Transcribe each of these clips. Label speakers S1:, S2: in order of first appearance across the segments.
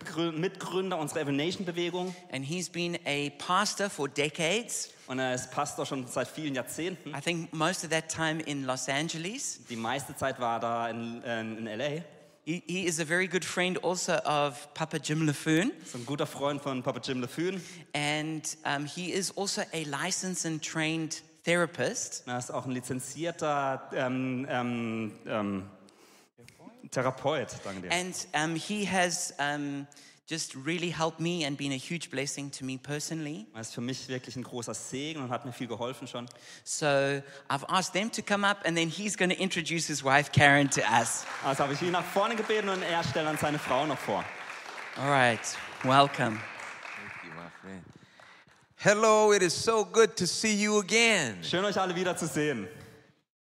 S1: Mitgrü- Mitgründer unserer Evanation-Bewegung.
S2: and he's been a pastor for decades.
S1: Und er ist Pastor schon seit vielen Jahrzehnten.
S2: I think most of that time in Los Angeles.
S1: Die meiste Zeit war er da in, in, in L.A.
S2: He, he is a very good friend also of Papa Jim LaFoon,
S1: Ist ein guter Freund von Papa Jim LeFun.
S2: and um, he is also a licensed and trained therapist.
S1: Er ist auch ein lizenzierter ähm, ähm, ähm, Therapeut, danke dir.
S2: And um, he has um, just really helped me and been a huge blessing to me personally.
S1: Er ist für mich wirklich ein großer Segen und hat mir viel geholfen schon.
S2: So I've asked them to come up, and then he's going to introduce his wife, Karen, to us.
S1: Also habe ich ihn nach vorne gebeten und er stellt dann seine Frau noch vor.
S2: All right, welcome.
S3: Thank you, my friend. Hello, it is so good to see you again.
S1: Schön, euch alle wieder zu sehen.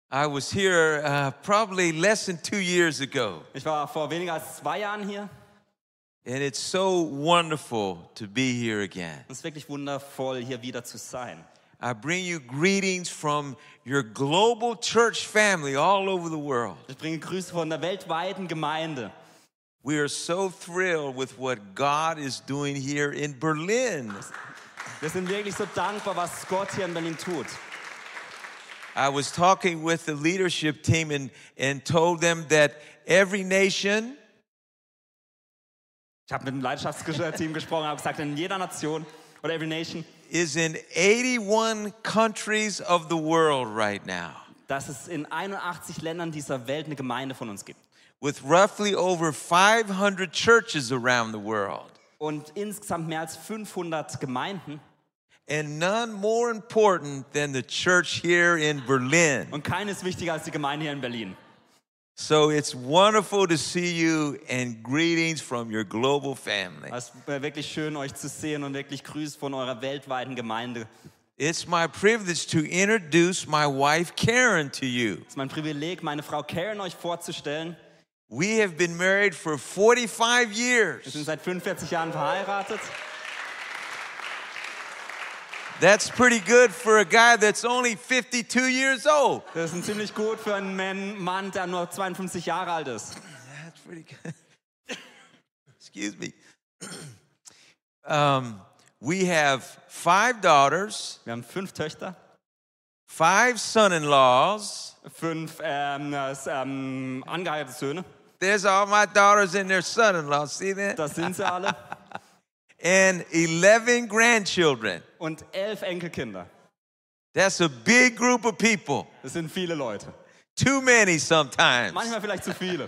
S3: I was here uh, probably less than two years ago,
S1: Ich war vor weniger als zwei Jahren hier.
S3: and it's so wonderful to be here again.
S1: Es ist wirklich wundervoll, hier wieder zu sein.
S3: I bring you greetings from your global church family all over the world.
S1: Ich bringe Grüße von der weltweiten Gemeinde.
S3: We are so thrilled with what God is doing here in Berlin.
S1: Wir sind wirklich so dankbar, was Gott hier in Berlin tut.
S3: I was talking with the leadership team and, and told them that every nation,
S1: Ich habe mit dem Leidenschaftsteam gesprochen, habe gesagt, in jeder Nation oder every nation,
S3: is in 81 countries of the world right now,
S1: dass es in 81 Ländern dieser Welt eine Gemeinde von uns gibt.
S3: with roughly over 500 churches around the world.
S1: Und insgesamt mehr als 500 Gemeinden.
S3: And none more important than the church here in Berlin.
S1: Und keine ist wichtiger als die Gemeinde hier in Berlin.
S3: So it's wonderful to see you and greetings from your global family.
S1: Es ist äh, wirklich schön, euch zu sehen und wirklich Grüße von eurer weltweiten Gemeinde.
S3: It's my privilege to introduce my wife Karen to you.
S1: Es ist mein Privileg, meine Frau Karen euch vorzustellen.
S3: We have been married for 45
S1: Wir sind
S3: years.
S1: seit 45 Jahren verheiratet.
S3: That's pretty good for a guy that's only 52 years old.
S1: Das ist ziemlich gut für einen Man- Mann, der nur 52 Jahre alt ist.
S3: That's pretty good. Excuse me. um, we have five daughters,
S1: Wir haben fünf Töchter,
S3: five son in laws.
S1: fünf ähm, äh, ähm, angeheiratete Söhne.
S3: There's all my daughters and their son in laws. See that?
S1: Das sind sie alle.
S3: And 11 grandchildren.
S1: Und elf Enkelkinder.
S3: That's a big group of people.
S1: Das sind viele Leute.
S3: Too many sometimes.
S1: Manchmal vielleicht zu viele.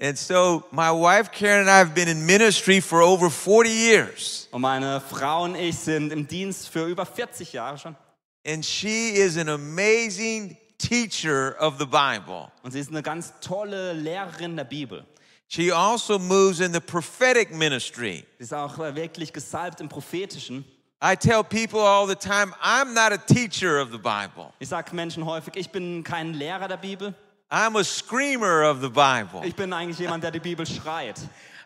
S3: And so, my wife Karen and I have been in ministry for over 40 years.
S1: Und meine Frau und ich sind im Dienst für über 40 Jahre schon.
S3: And she is an amazing teacher of the Bible.
S1: Und sie ist eine ganz tolle Lehrerin der Bibel.
S3: She also moves in the prophetic ministry.
S1: Sie ist auch äh, wirklich gesalbt im Prophetischen.
S3: I tell people all the time, I'm not a teacher of the Bible.
S1: Ich sage Menschen häufig, ich bin kein Lehrer der Bibel.
S3: I'm a screamer of the Bible.
S1: Ich bin eigentlich jemand, der die Bibel schreit.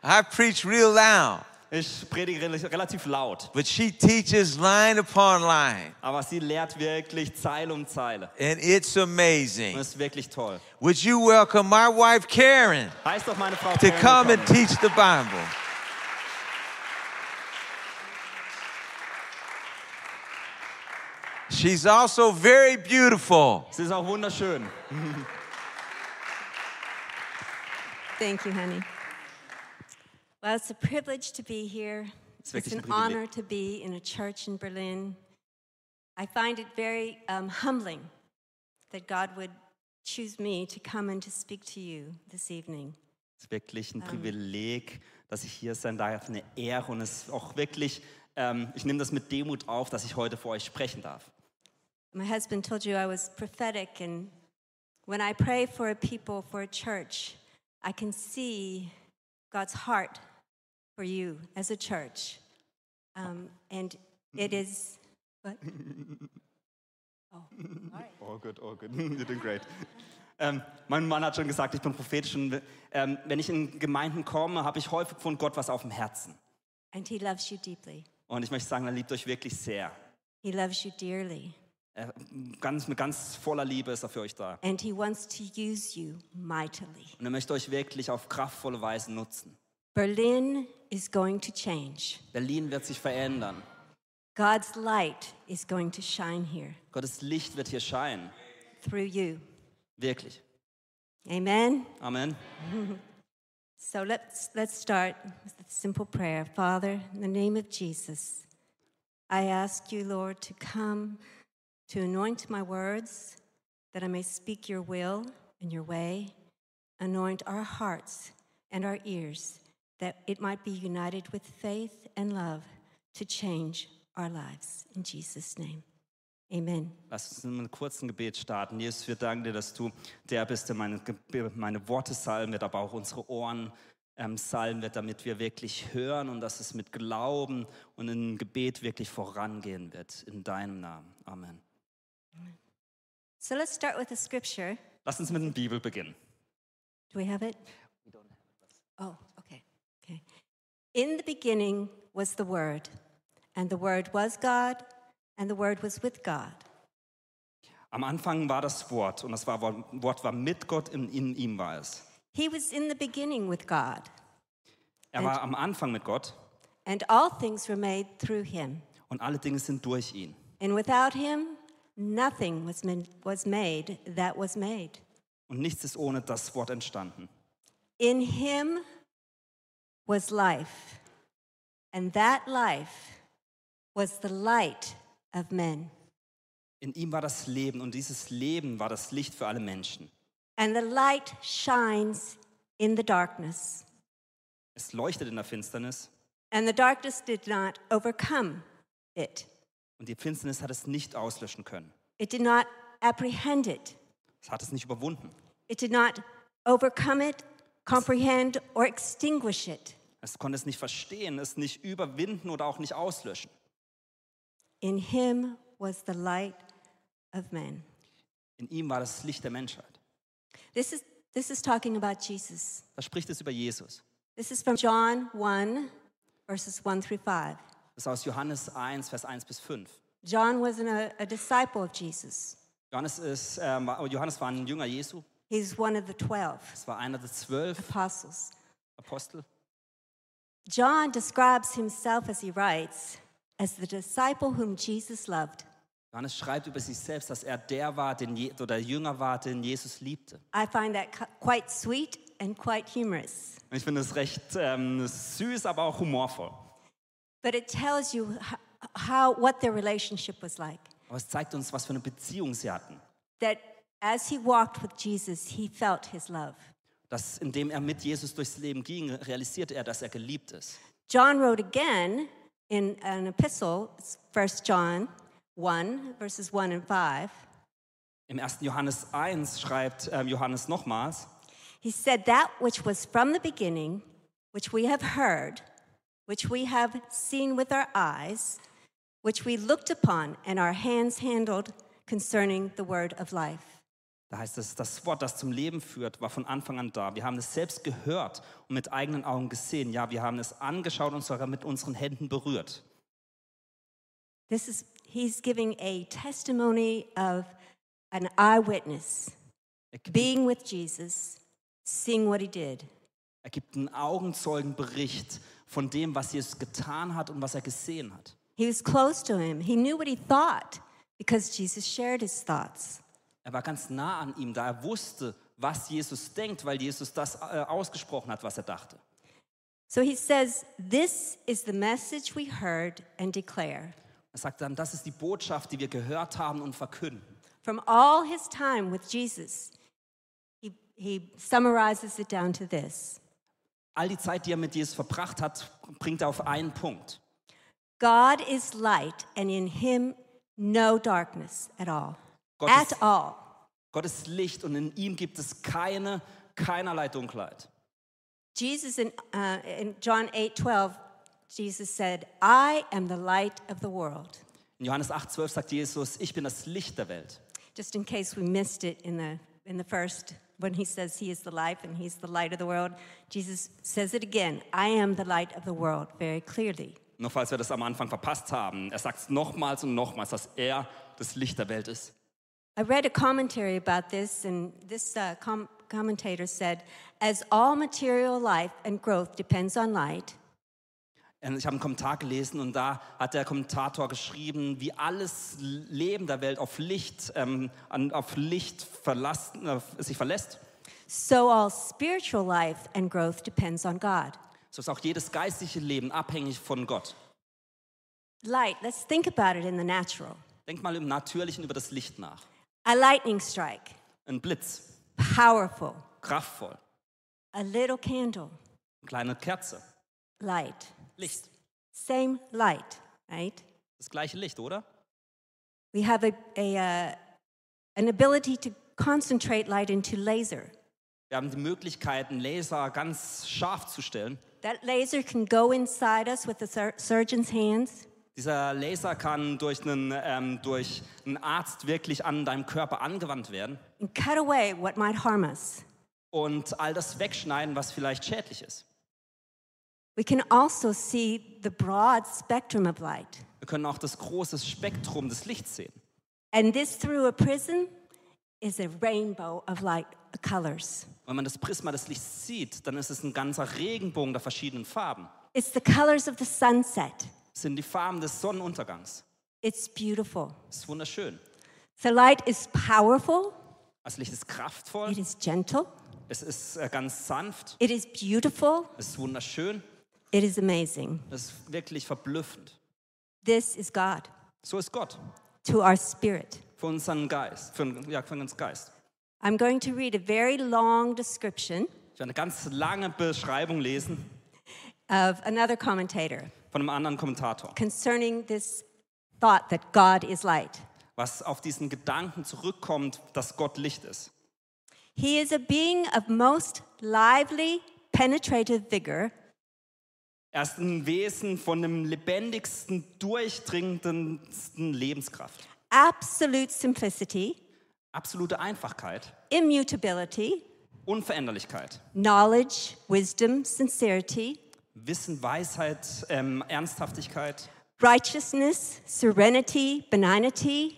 S3: I preach real loud,
S1: Ich predige rel- relativ laut.
S3: but she teaches line upon line.
S1: Aber sie lehrt wirklich Zeile um Zeile.
S3: And it's
S1: Und
S3: amazing.
S1: das ist wirklich toll.
S3: Would you welcome my wife Karen
S1: Heißt doch meine Frau
S3: to
S1: Karen
S3: come and
S1: willkommen.
S3: teach the Bible? She's also very beautiful.
S1: Sie ist auch wunderschön.
S4: Thank you, honey. Well, it's a privilege to be here. It's,
S1: wirklich
S4: an
S1: ein Privileg.
S4: honor to be in a church in Berlin. I find it very um, humbling that God would choose me to come and to speak to you this evening.
S1: Es ist wirklich ein Privileg, dass ich hier sein darf, eine Ehre und es ist auch wirklich, ähm, ich nehme das mit Demut auf, dass ich heute vor euch sprechen darf.
S4: My husband told you I was prophetic, and when I pray for a people, for a church, I can see God's heart for you as a church. Um, and it is. What?
S1: Oh good, oh good, you're doing great. Ähm, mein Mann hat schon gesagt, ich bin prophetisch und ähm, wenn ich in Gemeinden komme, habe ich häufig von Gott was auf dem Herzen.
S4: And he loves you deeply.
S1: Und ich möchte sagen, er liebt euch wirklich sehr.
S4: He loves you dearly.
S1: Er, ganz, mit ganz voller Liebe ist er für euch da.
S4: And he wants to use you mightily.
S1: Und er möchte euch wirklich auf kraftvolle Weise nutzen.
S4: Berlin is going to change.
S1: Berlin wird sich verändern.
S4: God's light is going to shine here
S1: Gottes Licht wird hier scheinen.
S4: through you.
S1: Wirklich.
S4: Amen.
S1: Amen.
S4: So let's, let's start with a simple prayer. Father, in the name of Jesus, I ask you, Lord, to come to anoint my words that I may speak your will and your way. Anoint our hearts and our ears that it might be united with faith and love to change our lives. In Jesus' name, amen.
S1: Lass uns in einem kurzen Gebet starten. Jesus, wir danken dir, dass du der bist, der meine, Ge- meine Worte salben wird, aber auch unsere Ohren ähm, salben wird, damit wir wirklich hören und dass es mit Glauben und in Gebet wirklich vorangehen wird. In deinem Namen. Amen.
S4: So let's start with a scripture.
S1: Lass uns mit der Bibel beginnen.
S4: Do we have it? We don't have it. Oh, okay. Okay. In the beginning was the Word, and the Word was God, and the Word was with God.
S1: Am Anfang war das Wort und das war, Wort war mit Gott, in, in ihm war es.
S4: He was in the beginning with God,
S1: Er war am Anfang mit Gott
S4: and all things were made through him.
S1: und alle Dinge sind durch ihn.
S4: And without him, nothing was, min- was made that was made.
S1: Und nichts ist ohne das Wort entstanden.
S4: In him was life, and that life was the light of men.
S1: In ihm war das Leben und dieses Leben war das Licht für alle Menschen.
S4: And the light shines in the darkness.
S1: Es leuchtet in der Finsternis
S4: And the darkness did not overcome it,
S1: und die Finsternis hat es nicht auslöschen können.
S4: it did not apprehend it,
S1: Es hat es nicht überwunden.
S4: it did not overcome it, comprehend, or extinguish it.
S1: Es konnte es nicht verstehen, es nicht überwinden oder auch nicht auslöschen.
S4: In him was the light of men.
S1: In ihm war das Licht der Menschheit.
S4: This is, this is talking about Jesus.
S1: Da spricht es über Jesus.
S4: This is from John 1, verses 1 through 5.
S1: Das ist aus Johannes 1, Vers 1 bis 5.
S4: John wasn't a, a disciple of Jesus,
S1: Johannes, ist, ähm, war- Johannes war ein Jünger Jesu.
S4: he's one of the 12
S1: Es war einer der zwölf
S4: apostles.
S1: Apostel.
S4: John describes himself as he writes, as the disciple whom Jesus loved.
S1: Johannes schreibt über sich selbst, dass er der war, den Je oder der Jünger war, den Jesus liebte.
S4: I find that cu- quite sweet and quite humorous.
S1: Und ich finde es recht ähm, süß, aber auch humorvoll.
S4: But it tells you h- how, what their relationship was like.
S1: Aber es zeigt uns, was für eine Beziehung sie hatten.
S4: That as he walked with Jesus, he felt his love.
S1: Dass indem er mit Jesus durchs Leben ging, realisierte er, dass er geliebt ist.
S4: John wrote again in an epistle, it's 1 John 1, verses 1 and 5.
S1: Im 1. Johannes 1 schreibt ähm, Johannes nochmals,
S4: He said, That which was from the beginning, which we have heard, which we have seen with our eyes, which we looked upon and our hands handled concerning the word of life.
S1: da heißt es, das Wort, das zum Leben führt, war von Anfang an da. Wir haben es selbst gehört und mit eigenen Augen gesehen. Ja, wir haben es angeschaut und sogar mit unseren Händen berührt.
S4: This is, he's giving a testimony of an eyewitness
S1: Er gibt,
S4: being with Jesus, seeing what he did.
S1: er gibt einen Augenzeugenbericht von dem, was Jesus getan hat und was er gesehen hat.
S4: He was close to him, he knew what he thought because Jesus shared his thoughts.
S1: Er war ganz nah an ihm, da er wusste, was Jesus denkt, weil Jesus das äh, ausgesprochen hat, was er dachte.
S4: So he says, This is the message we heard and declare.
S1: Er sagt dann, das ist die Botschaft, die wir gehört haben und verkünden.
S4: From all his time with Jesus, he, he summarizes it down to this
S1: All die Zeit, die er mit Jesus verbracht hat, bringt er auf einen Punkt.
S4: God is light, and in him no darkness at all.
S1: Gott
S4: at
S1: ist-
S4: all.
S1: Gott ist Licht und in ihm gibt es keine, keinerlei Dunkelheit.
S4: Jesus in, uh, in John 8 12, Jesus said, I am the light of the world.
S1: In Johannes 8,12 sagt Jesus, ich bin das Licht der Welt.
S4: Just in case we missed it in the, in the first, when he says he is the life and he's the light of the world, Jesus says it again I am the light of the world very clearly.
S1: Nur falls wir das am Anfang verpasst haben, er sagt es nochmals und nochmals, dass er das Licht der Welt ist.
S4: I read a commentary about this, and this uh, com- commentator said, as all material life and growth depends on light,
S1: Ähm, Ich habe einen Kommentar gelesen und da hat der Kommentator geschrieben, wie alles Leben der Welt auf Licht, ähm, an, auf Licht verlassen, äh, sich verlässt,
S4: so all spiritual life and growth depends on God.
S1: so ist auch jedes geistliche Leben abhängig von Gott.
S4: Light, let's think about it in the natural.
S1: Denk mal im Natürlichen über das Licht nach.
S4: A lightning strike,
S1: Ein Blitz,
S4: powerful.
S1: kraftvoll,
S4: A little candle,
S1: eine kleine Kerze,
S4: light.
S1: Licht.
S4: Same light, right?
S1: Das gleiche Licht, oder?
S4: We have a, a, uh, an ability to concentrate light into laser.
S1: Wir haben die Möglichkeit, einen Laser ganz scharf zu stellen.
S4: That laser can go inside us with the sur- surgeon's hands.
S1: Dieser Laser kann durch einen, ähm, durch einen Arzt wirklich an deinem Körper angewandt werden
S4: and cut away what might harm us.
S1: und all das wegschneiden, was vielleicht schädlich ist.
S4: We can also see the broad spectrum of light,
S1: Wir können auch das große Spektrum des Lichts sehen.
S4: and this through a prism is a rainbow of light colors.
S1: Wenn man das Prisma des Lichts sieht, dann ist es ein ganzer Regenbogen der verschiedenen Farben.
S4: It's the colors of the sunset.
S1: Es sind die Farben des Sonnenuntergangs.
S4: It's beautiful.
S1: Es ist wunderschön.
S4: So light is powerful,
S1: Das Licht ist kraftvoll,
S4: it is gentle,
S1: es ist äh, ganz sanft,
S4: it is beautiful,
S1: es ist wunderschön,
S4: it is amazing.
S1: es ist wirklich verblüffend.
S4: This is God
S1: So ist Gott
S4: to our spirit.
S1: für unseren Geist, für, ja, für unseren Geist.
S4: I'm going to read a very long description
S1: Ich werde eine ganz lange Beschreibung lesen
S4: of another commentator
S1: von einem anderen Kommentator,
S4: concerning this thought that God is light.
S1: was auf diesen Gedanken zurückkommt, dass Gott Licht ist.
S4: He is a being of most lively, penetrative vigor,
S1: Er ist ein Wesen von dem lebendigsten, durchdringendsten Lebenskraft.
S4: absolute simplicity,
S1: Absolute Einfachkeit,
S4: immutability,
S1: Unveränderlichkeit,
S4: knowledge, wisdom, sincerity,
S1: Wissen, Weisheit, ähm, Ernsthaftigkeit,
S4: righteousness, serenity, benignity,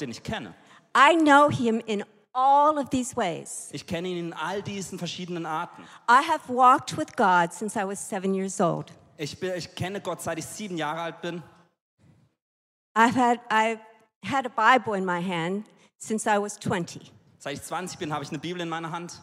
S1: den ich kenne.
S4: I know him in all of these ways.
S1: Ich kenne ihn in all diesen verschiedenen Arten.
S4: I have walked with God since I was seven years old.
S1: Ich, bin, ich kenne Gott, seit ich sieben Jahre alt bin.
S4: I've had, I've had a Bible in my hand since I was 20.
S1: Seit ich 20 bin, habe ich eine Bibel in meiner Hand.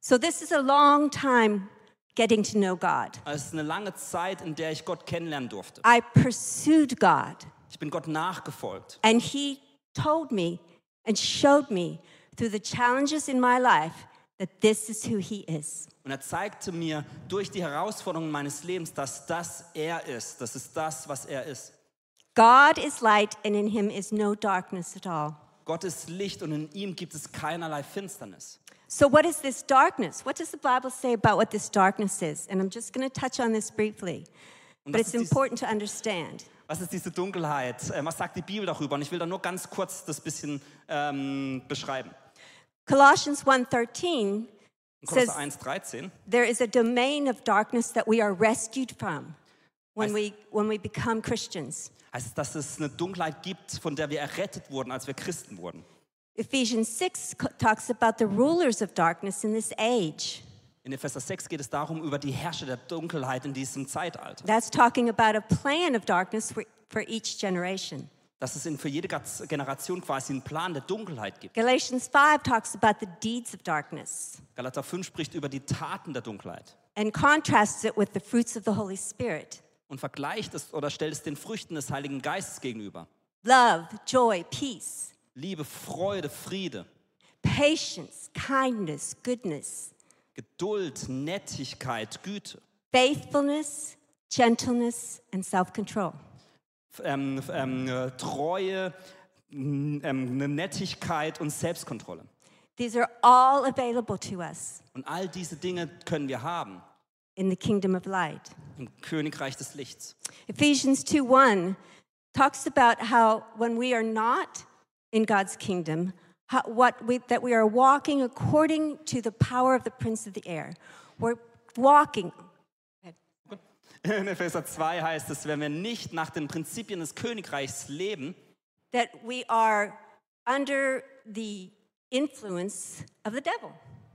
S4: So this is a long time getting to know God.
S1: Es ist eine lange Zeit, in der ich Gott kennenlernen durfte.
S4: I pursued God.
S1: Ich bin Gott nachgefolgt.
S4: And he told me and showed me through the challenges in my life that this is who he is.
S1: Und er zeigte mir durch die Herausforderungen meines Lebens, dass das er ist. Das ist das, was er ist.
S4: God is light, and in him is no darkness at all.
S1: Gott ist Licht und in ihm gibt es keinerlei Finsternis.
S4: So, what is this darkness? What does the Bible say about what this darkness is? And I'm just going to touch on this briefly,
S1: Und
S4: but
S1: was
S4: it's
S1: ist, dies,
S4: important to understand.
S1: was ist diese Dunkelheit? Ähm, Was sagt die Bibel darüber? Und ich will da nur ganz kurz das bisschen ähm, beschreiben.
S4: Colossians 1:13
S1: In
S4: says
S1: Kolosser 1,13
S4: there is a domain of darkness that we are rescued from when
S1: I-
S4: we when we become Christians.
S1: heißt es, dass es eine Dunkelheit gibt, von der wir errettet wurden, als wir Christen wurden.
S4: Ephesians 6 co- talks about the rulers of darkness in this age.
S1: In Epheser 6 geht es darum, über die Herrscher der Dunkelheit in diesem Zeitalter.
S4: That's talking about a plan of darkness for, for each generation.
S1: Dass es in, für jede Gaz- Generation quasi einen Plan der Dunkelheit gibt.
S4: Galatians 5 talks about the deeds of darkness
S1: Galater 5 spricht über die Taten der Dunkelheit
S4: and contrasts it with the fruits of the Holy Spirit
S1: und vergleicht es oder stellt es den Früchten des Heiligen Geistes gegenüber.
S4: love, joy, peace,
S1: Liebe, Freude, Friede,
S4: patience, kindness, goodness,
S1: Geduld, Nettigkeit, Güte,
S4: faithfulness, gentleness, and self control.
S1: f- ähm, f- ähm, äh, Treue, n- ähm, eine Nettigkeit und Selbstkontrolle.
S4: These are all available to us
S1: Und all diese Dinge können wir haben
S4: in the kingdom of light.
S1: im Königreich des Lichts.
S4: Ephesians 2 1 talks about how when we are not in God's kingdom, how, what we, that we are walking according to the power of the prince of the air. We're walking.
S1: In Epheser 2 heißt es, wenn wir nicht nach den Prinzipien des Königreichs leben,
S4: That we are under the influence of the devil.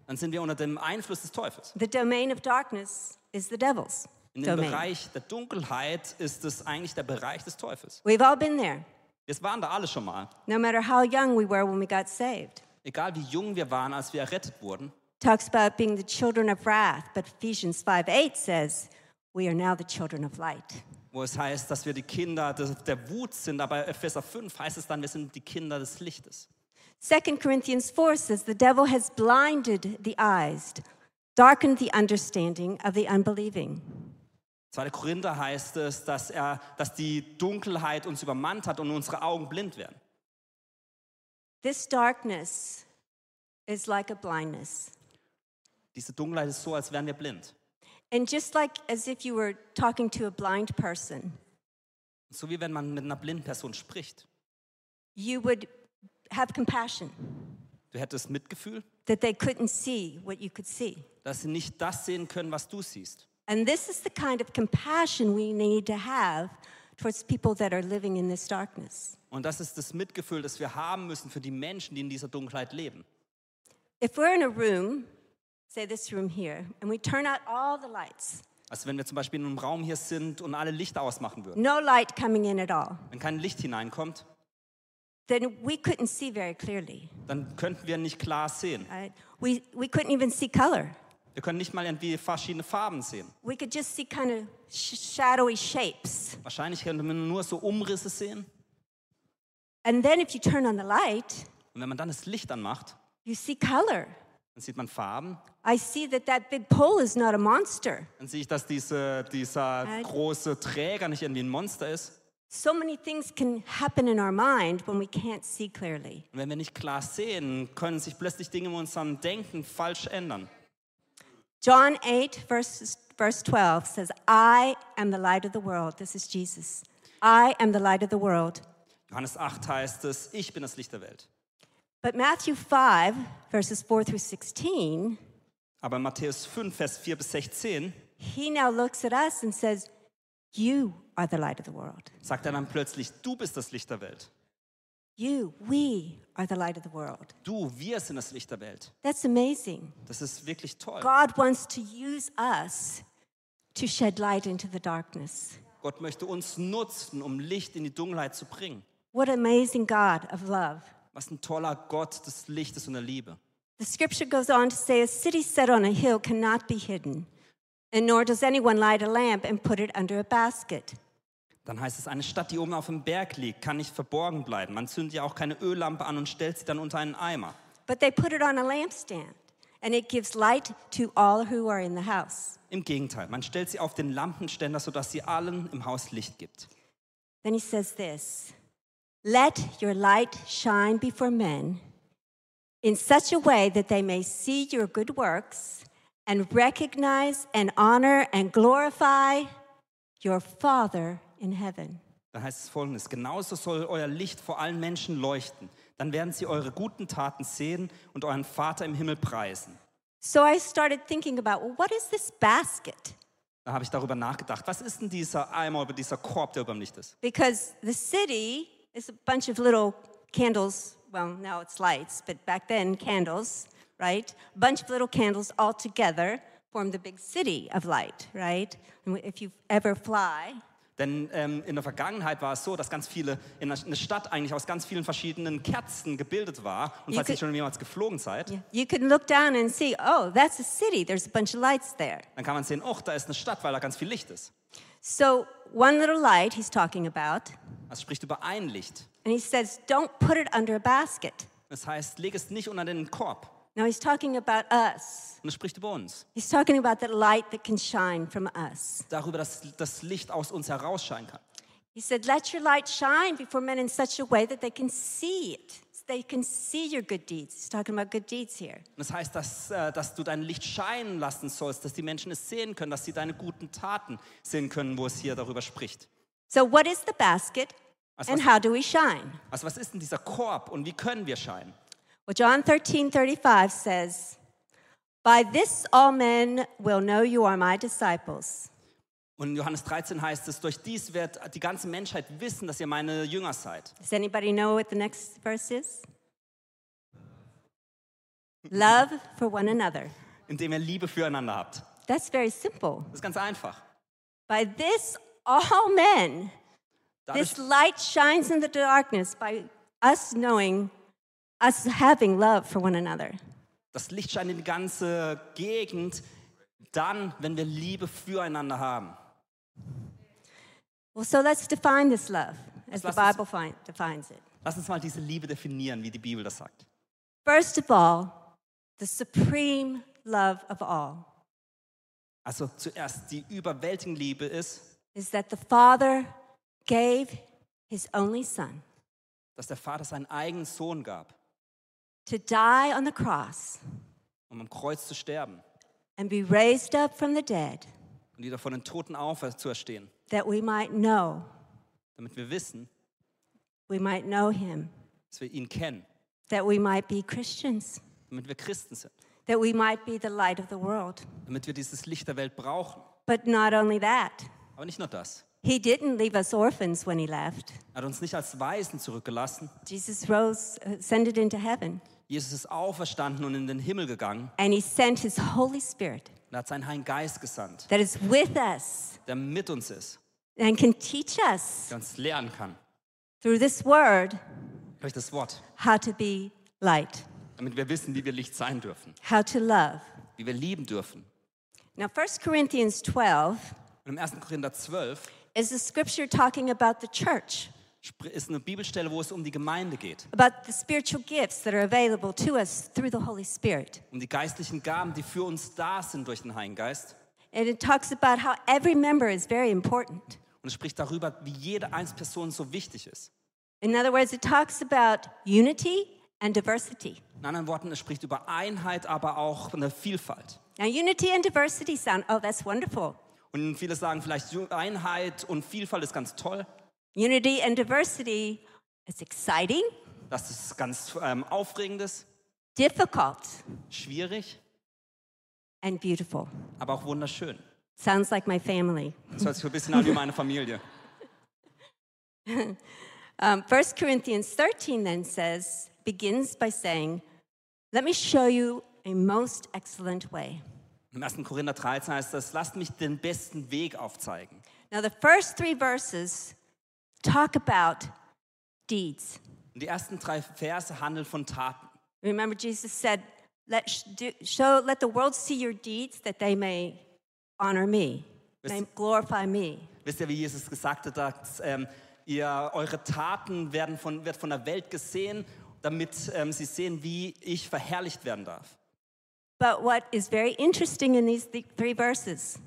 S1: dann sind wir unter dem Einfluss des Teufels.
S4: The domain of darkness is the devil's
S1: In dem
S4: domain.
S1: Bereich der Dunkelheit ist es eigentlich der Bereich des Teufels.
S4: We've all been there,
S1: Wir waren da alle schon mal.
S4: no matter how young we were when we got saved.
S1: Egal wie jung wir waren, als wir errettet wurden.
S4: Talks about being the children of wrath, but Ephesians 5 8 says, We are now the children of light.
S1: wo es heißt, dass wir die Kinder des, der Wut sind, aber Epheser 5 heißt es dann, wir sind die Kinder des Lichtes.
S4: 2 Corinthians 4 says, The devil has blinded the eyes, darkened the understanding of the unbelieving.
S1: 2. Korinther heißt es, dass, er, dass die Dunkelheit uns übermannt hat und unsere Augen blind werden.
S4: This darkness is like a blindness.
S1: Diese Dunkelheit ist so, als wären wir blind.
S4: And just like as if you were talking to a blind person,
S1: So wie wenn man mit einer blinden Person spricht.
S4: you would have compassion
S1: Du hättest Mitgefühl,
S4: that they couldn't see what you could see.
S1: dass sie nicht das sehen können, was du siehst.
S4: And this is the kind of compassion we need to have towards people that are living in this darkness.
S1: Und das ist das Mitgefühl, das wir haben müssen für die Menschen, die in dieser Dunkelheit leben.
S4: If we're in a room, say this room here, and we turn out all the lights,
S1: Also wenn wir zum Beispiel in einem Raum hier sind und alle Lichter ausmachen würden,
S4: no light coming in at all,
S1: wenn kein Licht hineinkommt,
S4: then we couldn't see very clearly.
S1: dann könnten wir nicht klar sehen.
S4: Right? We, we couldn't even see color.
S1: Wir können nicht mal irgendwie verschiedene Farben sehen.
S4: We could just see kind of sh- shadowy shapes.
S1: Wahrscheinlich könnte man nur so Umrisse sehen.
S4: And then if you turn on the light,
S1: Und wenn man dann das Licht anmacht,
S4: you see color.
S1: dann sieht man Farben.
S4: I see that that big pole is not a monster.
S1: Dann sehe ich, dass diese, dieser
S4: Äh.
S1: große Träger nicht irgendwie ein Monster ist.
S4: So many things can happen in our mind when we can't see clearly.
S1: Und wenn wir nicht klar sehen, können sich plötzlich Dinge in unserem Denken falsch ändern.
S4: John 8, verse, verse 12 says, I am the light of the world. This is Jesus. I am the light of the world.
S1: Johannes 8 heißt es, ich bin das Licht der Welt.
S4: But Matthew 5, verses 4 through 16,
S1: Aber in Matthäus 5, Vers 4 bis 16
S4: he now looks at us and says, You are the light of the world.
S1: sagt er dann plötzlich, du bist das Licht der Welt.
S4: You, we are the light of the world.
S1: Du, wir sind das Licht der Welt.
S4: That's amazing.
S1: Das ist wirklich toll.
S4: God wants to use us to shed light into the darkness.
S1: Gott möchte uns nutzen, um Licht in die Dunkelheit zu bringen.
S4: What amazing God of love.
S1: Was ein toller Gott des Lichtes und der Liebe.
S4: The scripture goes on to say, A city set on a hill cannot be hidden, and nor does anyone light a lamp and put it under a basket.
S1: Dann heißt es, eine Stadt, die oben auf dem Berg liegt, kann nicht verborgen bleiben. Man zündet ja auch keine Öllampe an und stellt sie dann unter einen Eimer.
S4: But they put it on a lampstand, and it gives light to all who are in the house.
S1: Im Gegenteil, man stellt sie auf den Lampenständer, sodass sie allen im Haus Licht gibt.
S4: Then he says this Let your light shine before men in such a way that they may see your good works and recognize and honor and glorify your Father in heaven.
S1: Dann heißt es folgendes, genauso soll euer Licht vor allen Menschen leuchten. Dann werden sie eure guten Taten sehen und euren Vater im Himmel preisen.
S4: So I started thinking about, well, what is this basket?
S1: Da habe ich darüber nachgedacht, was ist denn dieser Eimer oder dieser Korb, der über dem Licht ist?
S4: Because the city is a bunch of little candles. Well, now it's lights, but back then, candles, right? A bunch of little candles all together form the big city of light, right? And if you ever fly,
S1: Denn ähm, in der Vergangenheit war es so, dass ganz viele, in der- eine Stadt eigentlich aus ganz vielen verschiedenen Kerzen gebildet war. Und
S4: You
S1: falls ihr
S4: could-
S1: schon jemals geflogen seid,
S4: you can look down and see, oh, that's a city. There's a bunch of lights there.
S1: dann kann man sehen, oh, da ist eine Stadt, weil da ganz viel Licht ist.
S4: So, one little light he's talking about,
S1: Das spricht über ein Licht.
S4: and he says, don't put it under a basket.
S1: Das heißt, leg es nicht unter den Korb.
S4: Now, he's talking about us.
S1: Und es spricht über uns.
S4: He's talking about the light that can shine from us.
S1: Darüber, dass das Licht aus uns herausscheinen kann.
S4: He said, Let your light shine before men in such a way that they can see it. so They can see your good deeds. He's talking about good deeds here.
S1: Und das heißt, dass, äh, dass du dein Licht scheinen lassen sollst, dass die Menschen es sehen können, dass sie deine guten Taten sehen können, wo es hier darüber spricht.
S4: So, what is the basket
S1: Also
S4: and
S1: was-
S4: how do we shine?
S1: Also was ist denn dieser Korb und wie können wir scheinen?
S4: Well, John 13, 35 says, By this all men will know you are my disciples,
S1: Und in Johannes 13 heißt es, durch dies wird die ganze Menschheit wissen, dass ihr meine Jünger seid.
S4: Does anybody know what the next verse is? Love for one another.
S1: indem ihr Liebe füreinander habt.
S4: That's very simple.
S1: Das ist ganz einfach.
S4: By this, all men,
S1: Dadurch,
S4: this light shines in the darkness by us knowing, us having love for one another.
S1: das Licht scheint in die ganze Gegend, dann, wenn wir Liebe füreinander haben.
S4: Well, so let's define this love as the
S1: Lass uns-
S4: Bible find, defines it.
S1: Lass uns mal diese Liebe definieren, wie die Bibel das sagt.
S4: First of all, the supreme love of all
S1: Also zuerst, die überwältigende Liebe ist,
S4: is that the Father gave his only Son
S1: dass der Vater seinen eigenen Sohn gab,
S4: to die on the cross
S1: um am Kreuz zu sterben
S4: and be raised up from the dead
S1: und wieder von den Toten aufzuerstehen,
S4: that we might know,
S1: damit wir wissen,
S4: we might know him,
S1: dass wir ihn kennen,
S4: that we might be Christians,
S1: damit wir Christen sind,
S4: that we might be the light of the world.
S1: damit wir dieses Licht der Welt brauchen.
S4: But not only that,
S1: Aber nicht nur das.
S4: he didn't leave us orphans when he left.
S1: Er hat uns nicht als Waisen zurückgelassen.
S4: Jesus rose, ascended into heaven,
S1: Jesus ist auferstanden und in den Himmel gegangen.
S4: and he sent his Holy Spirit
S1: Und er hat seinen Heiligen Geist gesandt,
S4: that is with us.
S1: der mit uns ist,
S4: and can teach us
S1: der uns lernen kann
S4: through this word
S1: durch das Wort,
S4: how to be light,
S1: damit wir wissen, wie wir Licht sein dürfen,
S4: how to love.
S1: wie wir lieben dürfen.
S4: Now, 1 Corinthians 12
S1: Und im 1. Korinther 12
S4: is a scripture talking about the church,
S1: spr- ist eine Bibelstelle, wo es um die Gemeinde geht,
S4: about the spiritual gifts that are available to us through the Holy Spirit.
S1: um die geistlichen Gaben, die für uns da sind durch den Heiligen Geist.
S4: And it talks about how every member is very important.
S1: Und es spricht darüber, wie jede einzelne Person so wichtig ist.
S4: In other words, it talks about unity and diversity.
S1: In anderen Worten, es spricht über Einheit, aber auch eine Vielfalt.
S4: Now, unity and diversity sound, oh, that's wonderful.
S1: Und viele sagen vielleicht, Ju- Einheit und Vielfalt ist ganz toll,
S4: Unity and diversity is exciting,
S1: das ist ganz ähm, aufregendes,
S4: difficult,
S1: schwierig,
S4: and beautiful.
S1: aber auch wunderschön.
S4: Sounds like my family.
S1: Das hört sich ein bisschen an wie meine Familie.
S4: Um, 1 Corinthians 13 then says, begins by saying, Let me show you a most excellent way.
S1: Im 1. Korinther 13 heißt das, lasst mich den besten Weg aufzeigen.
S4: Now, the first three verses talk about deeds.
S1: Und die ersten drei Verse handeln von Taten.
S4: Remember, Jesus said, let, sh- do, show, let the world see your deeds that they may honor me, may
S1: Yes.
S4: glorify me.
S1: Wisst ihr, wie Jesus gesagt hat, dass, ähm, ihr, eure Taten werden von, wird von der Welt gesehen, damit ähm, sie sehen, wie ich verherrlicht werden darf.
S4: But what is very interesting in these th- three verses,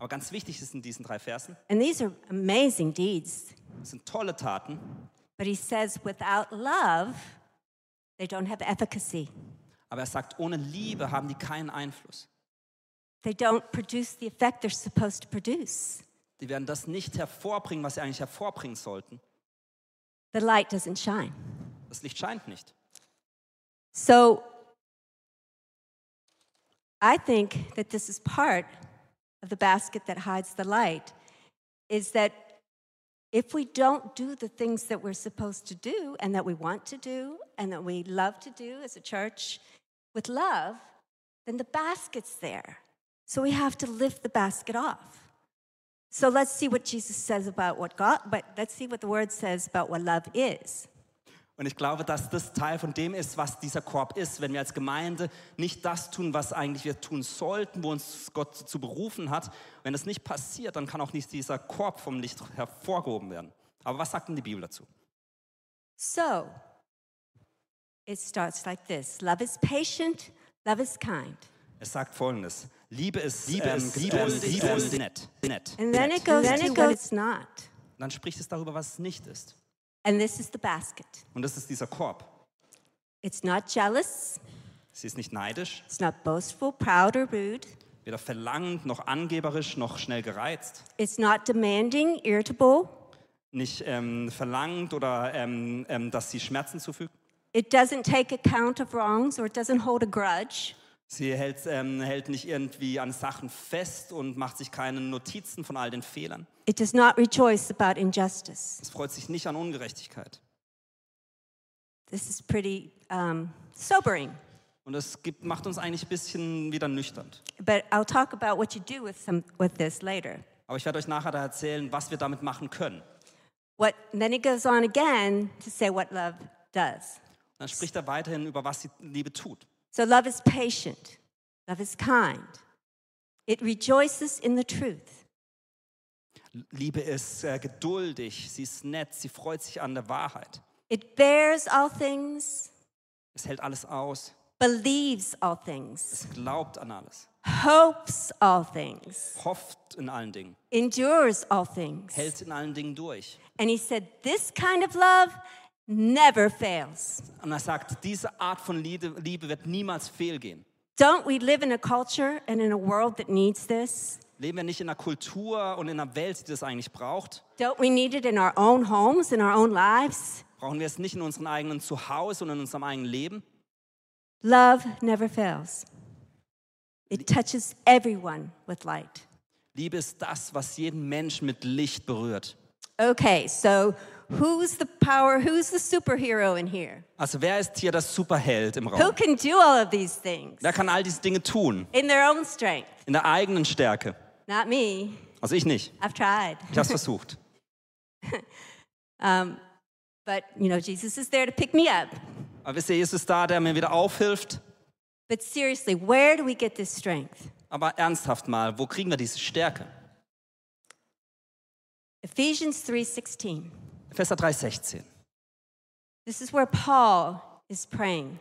S1: Aber ganz wichtig ist in diesen drei Versen,
S4: and these are amazing deeds,
S1: es sind tolle Taten,
S4: But he says, without love, they don't have efficacy.
S1: aber er sagt, ohne Liebe haben die keinen Einfluss.
S4: They don't produce the effect they're supposed to produce.
S1: Die werden das nicht hervorbringen, was sie eigentlich hervorbringen sollten.
S4: The light doesn't shine.
S1: Das Licht scheint nicht.
S4: So I think that this is part of the basket that hides the light is that if we don't do the things that we're supposed to do and that we want to do and that we love to do as a church with love, then the basket's there. So we have to lift the basket off. So let's see what Jesus says about what God, but let's see what the word says about what love is.
S1: Und ich glaube, dass das Teil von dem ist, was dieser Korb ist. Wenn wir als Gemeinde nicht das tun, was eigentlich wir tun sollten, wo uns Gott zu berufen hat, wenn das nicht passiert, dann kann auch nicht dieser Korb vom Licht hervorgehoben werden. Aber was sagt denn die Bibel dazu?
S4: So it starts like this Love is patient, love is kind.
S1: Es sagt folgendes: Liebe ist
S5: Liebe
S1: ähm,
S5: ist-
S1: Liebe
S5: ähm,
S1: ist
S5: Liebe
S1: ähm,
S5: ist-
S1: nett, nett.
S4: And then it goes to what it's not.
S1: Und Dann spricht es darüber, was es nicht ist.
S4: And this is the basket.
S1: Und das ist dieser Korb.
S4: It's not jealous,
S1: Sie ist nicht neidisch,
S4: it's not boastful, proud, or rude.
S1: weder verlangend noch angeberisch noch schnell gereizt,
S4: It's not demanding, irritable,
S1: nicht ähm, verlangend oder ähm, ähm, dass sie Schmerzen zufügt.
S4: It doesn't take account of wrongs or it doesn't hold a grudge.
S1: Sie hält, ähm, hält nicht irgendwie an Sachen fest und macht sich keine Notizen von all den Fehlern.
S4: It does not rejoice about injustice.
S1: Es freut sich nicht an Ungerechtigkeit.
S4: This is pretty um, sobering,
S1: Und das gibt, macht uns eigentlich ein bisschen wieder nüchtern.
S4: but I'll talk about what you do with, some, with this later.
S1: Aber ich werde euch nachher da erzählen, was wir damit machen können. Und
S4: What, and then he goes on again to say what love does.
S1: dann spricht er weiterhin über, was die Liebe tut.
S4: So love is patient, love is kind, it rejoices in the truth,
S1: Liebe ist äh, geduldig, sie ist nett, sie freut sich an der Wahrheit.
S4: it bears all things,
S1: Es hält alles aus,
S4: believes all things,
S1: es glaubt an alles,
S4: hopes all things,
S1: hofft in allen Dingen,
S4: endures all things.
S1: hält in allen Dingen durch.
S4: And he said, This kind of love never fails.
S1: Und er sagt, diese Art von Liebe, Liebe wird niemals fehlgehen.
S4: Don't we live in a culture and in a world that needs this?
S1: Leben wir nicht in einer Kultur und in einer Welt, die das eigentlich braucht?
S4: Don't we need it in our own homes, in our own lives?
S1: Brauchen wir es nicht in unserem eigenen Zuhause und in unserem eigenen Leben?
S4: Love never fails. It touches everyone with light.
S1: Liebe ist das, was jeden Menschen mit Licht berührt.
S4: Okay, so who's the power, who's the superhero in here?
S1: Also wer ist hier der Superheld im
S4: Who
S1: Raum?
S4: can do all of these things
S1: Wer kann all diese Dinge tun?
S4: in their own strength?
S1: In der eigenen Stärke.
S4: Not me.
S1: Also ich nicht.
S4: I've tried.
S1: Ich habe es versucht.
S4: Um, but, you know, Jesus is there to pick me up.
S1: Aber wisst ihr, Jesus ist da, der mir wieder aufhilft.
S4: But seriously, where do we get this strength?
S1: Aber ernsthaft mal, wo kriegen wir diese Stärke?
S4: Ephesians 3:16.
S1: Epheser 3,16.
S4: This is where Paul is praying.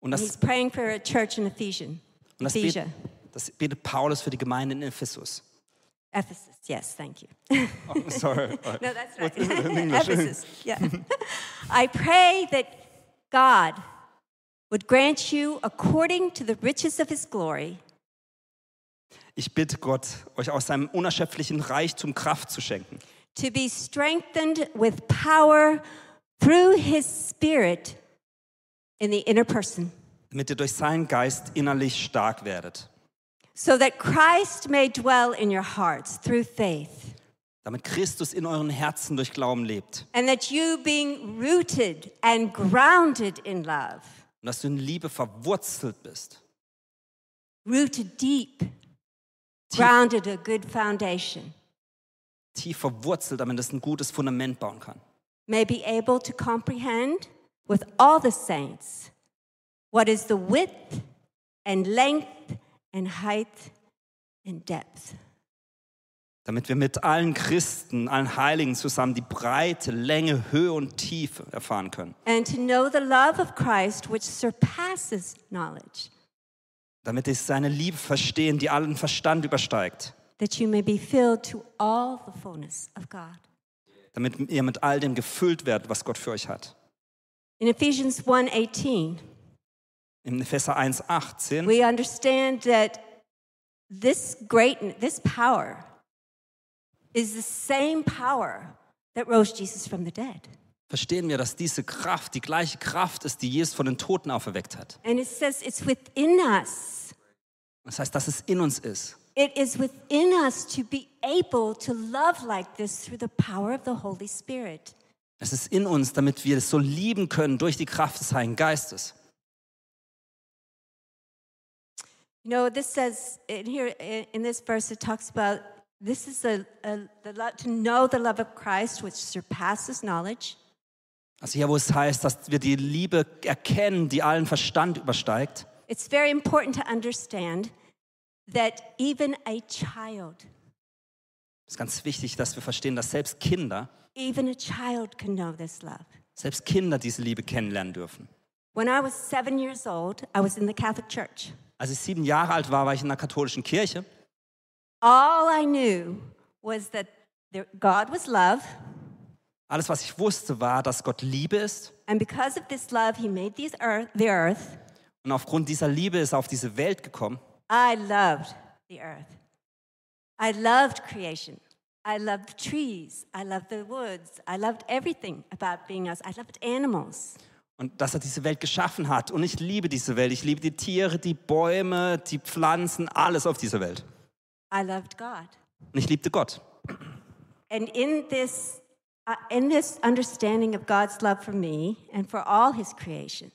S1: Und
S4: And
S1: das,
S4: he's
S1: und
S4: praying for a church in Ephesus.
S1: das,
S4: Ephesia.
S1: betet, das betet Paulus für die Gemeinde in Ephesus.
S4: Ephesus. Yes, thank you.
S1: Oh, sorry.
S4: No, that's right.
S1: What's in English?
S4: Ephesus. Yeah. I pray that God would grant you, according to the riches of his glory,
S1: Ich bitte Gott, euch aus seinem unerschöpflichen Reichtum Kraft zu schenken,
S4: to be strengthened with power through his spirit in the inner person,
S1: damit ihr durch seinen Geist innerlich stark werdet,
S4: so that Christ may dwell in your hearts through faith,
S1: damit Christus in euren Herzen durch Glauben lebt
S4: and that you, being rooted and grounded in love,
S1: und dass du in Liebe verwurzelt bist,
S4: rooted deep, grounded a good foundation.
S1: tief verwurzelt, damit es ein gutes Fundament bauen kann.
S4: may be able to comprehend with all the saints what is the width and length and height and depth,
S1: damit wir mit allen Christen, allen Heiligen zusammen die Breite, Länge, Höhe und Tiefe erfahren können,
S4: and to know the love of Christ which surpasses knowledge,
S1: damit ich seine Liebe verstehen, die allen Verstand übersteigt,
S4: that you may be filled to all the fullness of God.
S1: damit ihr mit all dem gefüllt werdet, was Gott für euch hat.
S4: In Ephesians 1:18,
S1: In Epheser 1, 18
S4: we understand that this great this power is the same power that rose Jesus from the dead.
S1: verstehen wir, dass diese Kraft die gleiche Kraft ist, die Jesus von den Toten auferweckt hat.
S4: And it says it's within us.
S1: Das heißt, dass es in uns ist.
S4: It is within us to be able to love like this through the power of the Holy Spirit.
S1: Es ist in uns, damit wir es so lieben können durch die Kraft des Heiligen Geistes.
S4: You know, this says in here in in this verse, it talks about this is a, a the love, to know the love of Christ, which surpasses knowledge,
S1: Also hier, wo es heißt, dass wir die Liebe erkennen, die allen Verstand übersteigt,
S4: It's very important to understand that even a child,
S1: Es ist ganz wichtig, dass wir verstehen, dass selbst Kinder,
S4: even a child can know this love.
S1: selbst Kinder diese Liebe kennenlernen dürfen.
S4: When I was seven years old, I was in the Catholic Church.
S1: Als ich sieben Jahre alt war, war ich in einer katholischen Kirche.
S4: All I knew was that there, God was love,
S1: Alles, was ich wusste, war, dass Gott Liebe ist.
S4: and because of this love, He made these earth, the earth.
S1: Und aufgrund dieser Liebe ist er auf diese Welt gekommen.
S4: I loved the earth. I loved creation. I loved trees. I loved the woods. I loved everything about being us. I loved animals.
S1: und dass er diese Welt geschaffen hat. Und ich liebe diese Welt. Ich liebe die Tiere, die Bäume, die Pflanzen, alles auf dieser Welt.
S4: I loved God.
S1: Und ich liebte Gott.
S4: And in this, uh, in this understanding of God's love for me and for all his creation,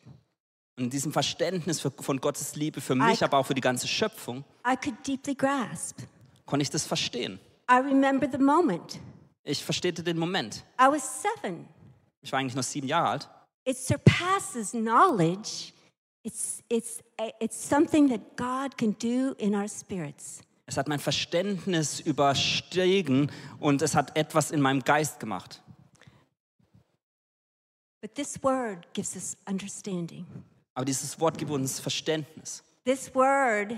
S1: Und in diesem Verständnis für, von Gottes Liebe für mich,
S4: I-
S1: aber auch für die ganze Schöpfung,
S4: I could deeply grasp.
S1: konnte ich das verstehen.
S4: I remember the moment.
S1: Ich verstehte den Moment.
S4: I was seven.
S1: Ich war eigentlich nur sieben Jahre alt.
S4: It surpasses knowledge. It's, it's, it's something that God can do in our spirits.
S1: Es hat mein Verständnis überstiegen und es hat etwas in meinem Geist gemacht.
S4: But this word gives us understanding.
S1: Aber dieses Wort gibt uns Verständnis.
S4: This word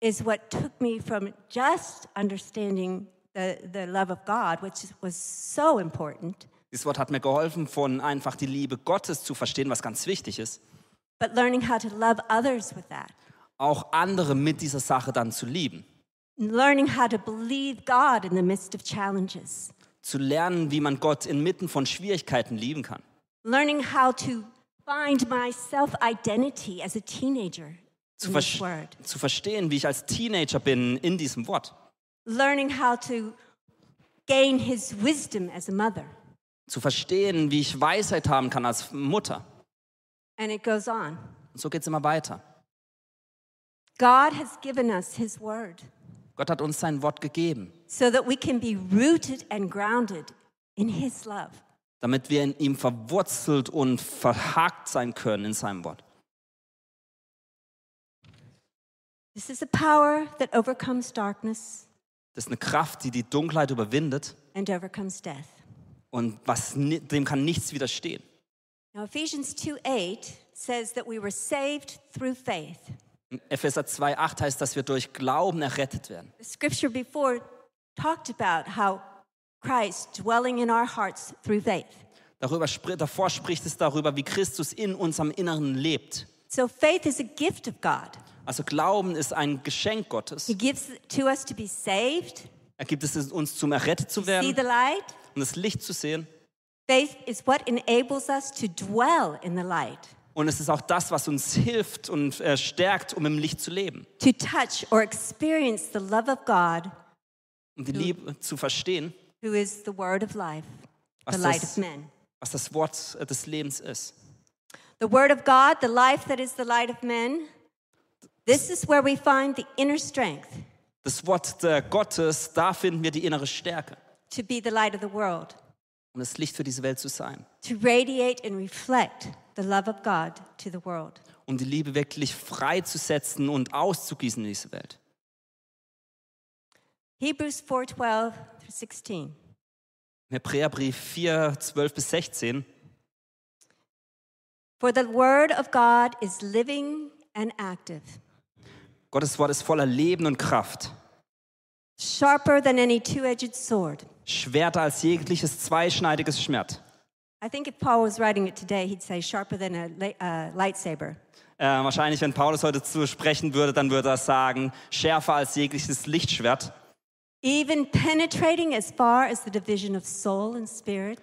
S4: is what took me from just understanding the, the love of God, which is- was so important,
S1: Dieses Wort hat mir geholfen, von einfach die Liebe Gottes zu verstehen, was ganz wichtig ist,
S4: but learning how to love others with that,
S1: auch andere mit dieser Sache dann zu lieben.
S4: learning how to believe God in the midst of challenges,
S1: Zu lernen, wie man Gott inmitten von Schwierigkeiten lieben kann.
S4: learning how to find my self identity as a teenager
S1: Zu,
S4: in
S1: vers
S4: this word,
S1: zu verstehen, wie ich als Teenager bin in diesem Wort.
S4: learning how to gain his wisdom as a mother.
S1: Zu verstehen, wie ich Weisheit haben kann als Mutter.
S4: And it goes on.
S1: Und so geht es immer weiter.
S4: God has given us his word.
S1: Gott hat uns sein Wort gegeben,
S4: so that we can be rooted and grounded in His love.
S1: damit wir in ihm verwurzelt und verhakt sein können in seinem Wort.
S4: This is a power that overcomes darkness
S1: Das ist eine Kraft, die die Dunkelheit überwindet
S4: and overcomes death.
S1: und was, ni- dem kann nichts widerstehen.
S4: Now, Ephesians 2 8 says that we were saved through faith.
S1: In Epheser 2,8 heißt, dass wir durch Glauben errettet werden.
S4: The scripture before talked about how Christ dwelling in our hearts through faith.
S1: Darüber, spri- davor spricht es darüber, wie Christus in unserem Inneren lebt.
S4: So, faith is a gift of God.
S1: Also Glauben ist ein Geschenk
S4: He
S1: Gottes.
S4: gives it to us to be saved,
S1: Er gibt es uns, zum errettet zu
S4: see
S1: werden
S4: the light.
S1: und das Licht zu sehen.
S4: Faith is what enables us to dwell in the light,
S1: Und es ist auch das, was uns hilft und äh, stärkt, um im Licht zu leben.
S4: to touch or experience the love of God
S1: Um die Liebe zu verstehen,
S4: who is the word of life, the
S1: Was
S4: light
S1: das-
S4: of men.
S1: was das Wort äh, des Lebens ist.
S4: The word of God, the life that is the light of men. This is where we find the inner strength
S1: Das Wort der Gottes, da finden wir die innere Stärke,
S4: to be the light of the world,
S1: um das Licht für diese Welt zu sein,
S4: to radiate and reflect the love of God to the world.
S1: um die Liebe wirklich freizusetzen und auszugießen in diese Welt.
S4: Hebrews 4:12 through 16.
S1: Im Hebräerbrief 4, 12 bis 16.
S4: For the word of God is living and active,
S1: Gottes Wort ist voller Leben und Kraft,
S4: sharper than any two-edged sword.
S1: schwerter als jegliches zweischneidiges Schwert.
S4: I think if Paul was writing it today, he'd say sharper than a la- uh, lightsaber.
S1: Äh, wahrscheinlich, wenn Paulus heute zu sprechen würde, dann würde er sagen, schärfer als jegliches Lichtschwert.
S4: even penetrating as far as the division of soul and spirit,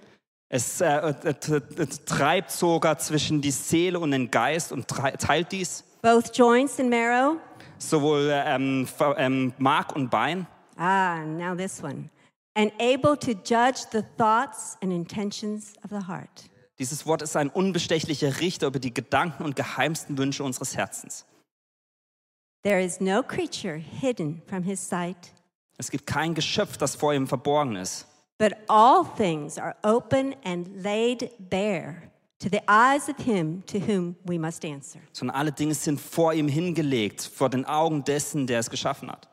S1: Es äh, äh, t- t- treibt sogar zwischen die Seele und den Geist und tre- teilt dies,
S4: both joints and marrow.
S1: sowohl äh, ähm, ver- ähm, Mark und Bein.
S4: Ah, now this one. And able to judge the thoughts and intentions of the heart.
S1: Dieses Wort ist ein unbestechlicher Richter über die Gedanken und geheimsten Wünsche unseres Herzens.
S4: There is no creature hidden from his sight,
S1: Es gibt kein Geschöpf, das vor ihm verborgen ist.
S4: but all things are open and laid bare to the eyes of him to whom we must answer.
S1: sondern alle Dinge sind vor ihm hingelegt, vor den Augen dessen, der es geschaffen hat.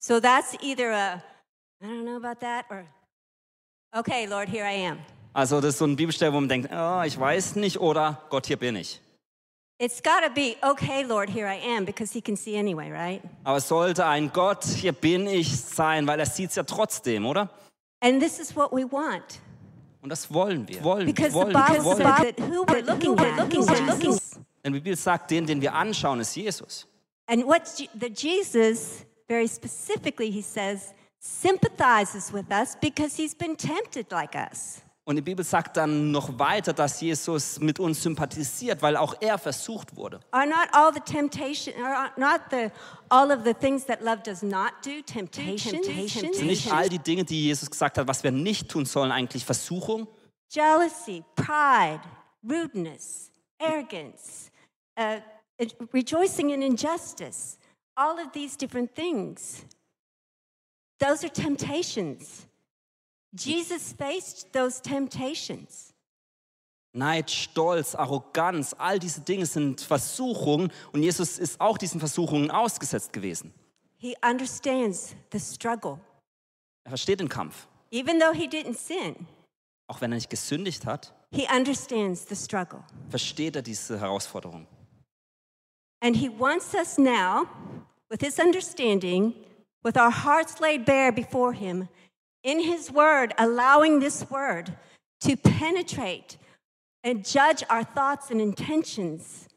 S4: So that's either a, I don't know about that, or, okay, Lord, here I am.
S1: Also das ist so ein Bibelstelle, wo man denkt, oh, ich weiß nicht oder Gott, hier bin ich.
S4: It's got to be, okay, Lord, here I am, because he can see anyway, right?
S1: Aber es sollte ein Gott, hier bin ich sein, weil er sieht es ja trotzdem, oder?
S4: And this is what we want.
S1: Und das wollen wir. Wollen,
S4: Because the
S1: wollen,
S4: Bible says
S1: wollen.
S4: that who we're looking at, looking looking
S1: Denn die Bibel sagt, den, den wir anschauen, ist Jesus.
S4: And what Je- the Jesus, very specifically, he says, sympathizes with us because he's been tempted like us.
S1: Und die Bibel sagt dann noch weiter, dass Jesus mit uns sympathisiert, weil auch er versucht wurde.
S4: Are not all the temptation, are not the, all of the things that love does not do temptation?
S1: Sind Also nicht all die Dinge, die Jesus gesagt hat, was wir nicht tun sollen, eigentlich Versuchung?
S4: Jealousy, pride, rudeness, arrogance, uh, rejoicing in injustice, all of these different things. Those are temptations. Jesus faced those temptations.
S1: Neid, Stolz, Arroganz, all diese Dinge sind Versuchungen und Jesus ist auch diesen Versuchungen ausgesetzt gewesen.
S4: He understands the struggle,
S1: Er versteht den Kampf.
S4: even though he didn't sin.
S1: Auch wenn er nicht gesündigt hat,
S4: He understands the struggle.
S1: versteht er diese Herausforderung.
S4: And he wants us now, with his understanding, with our hearts laid bare before him, in his word, allowing this word to penetrate and judge our thoughts and intentions.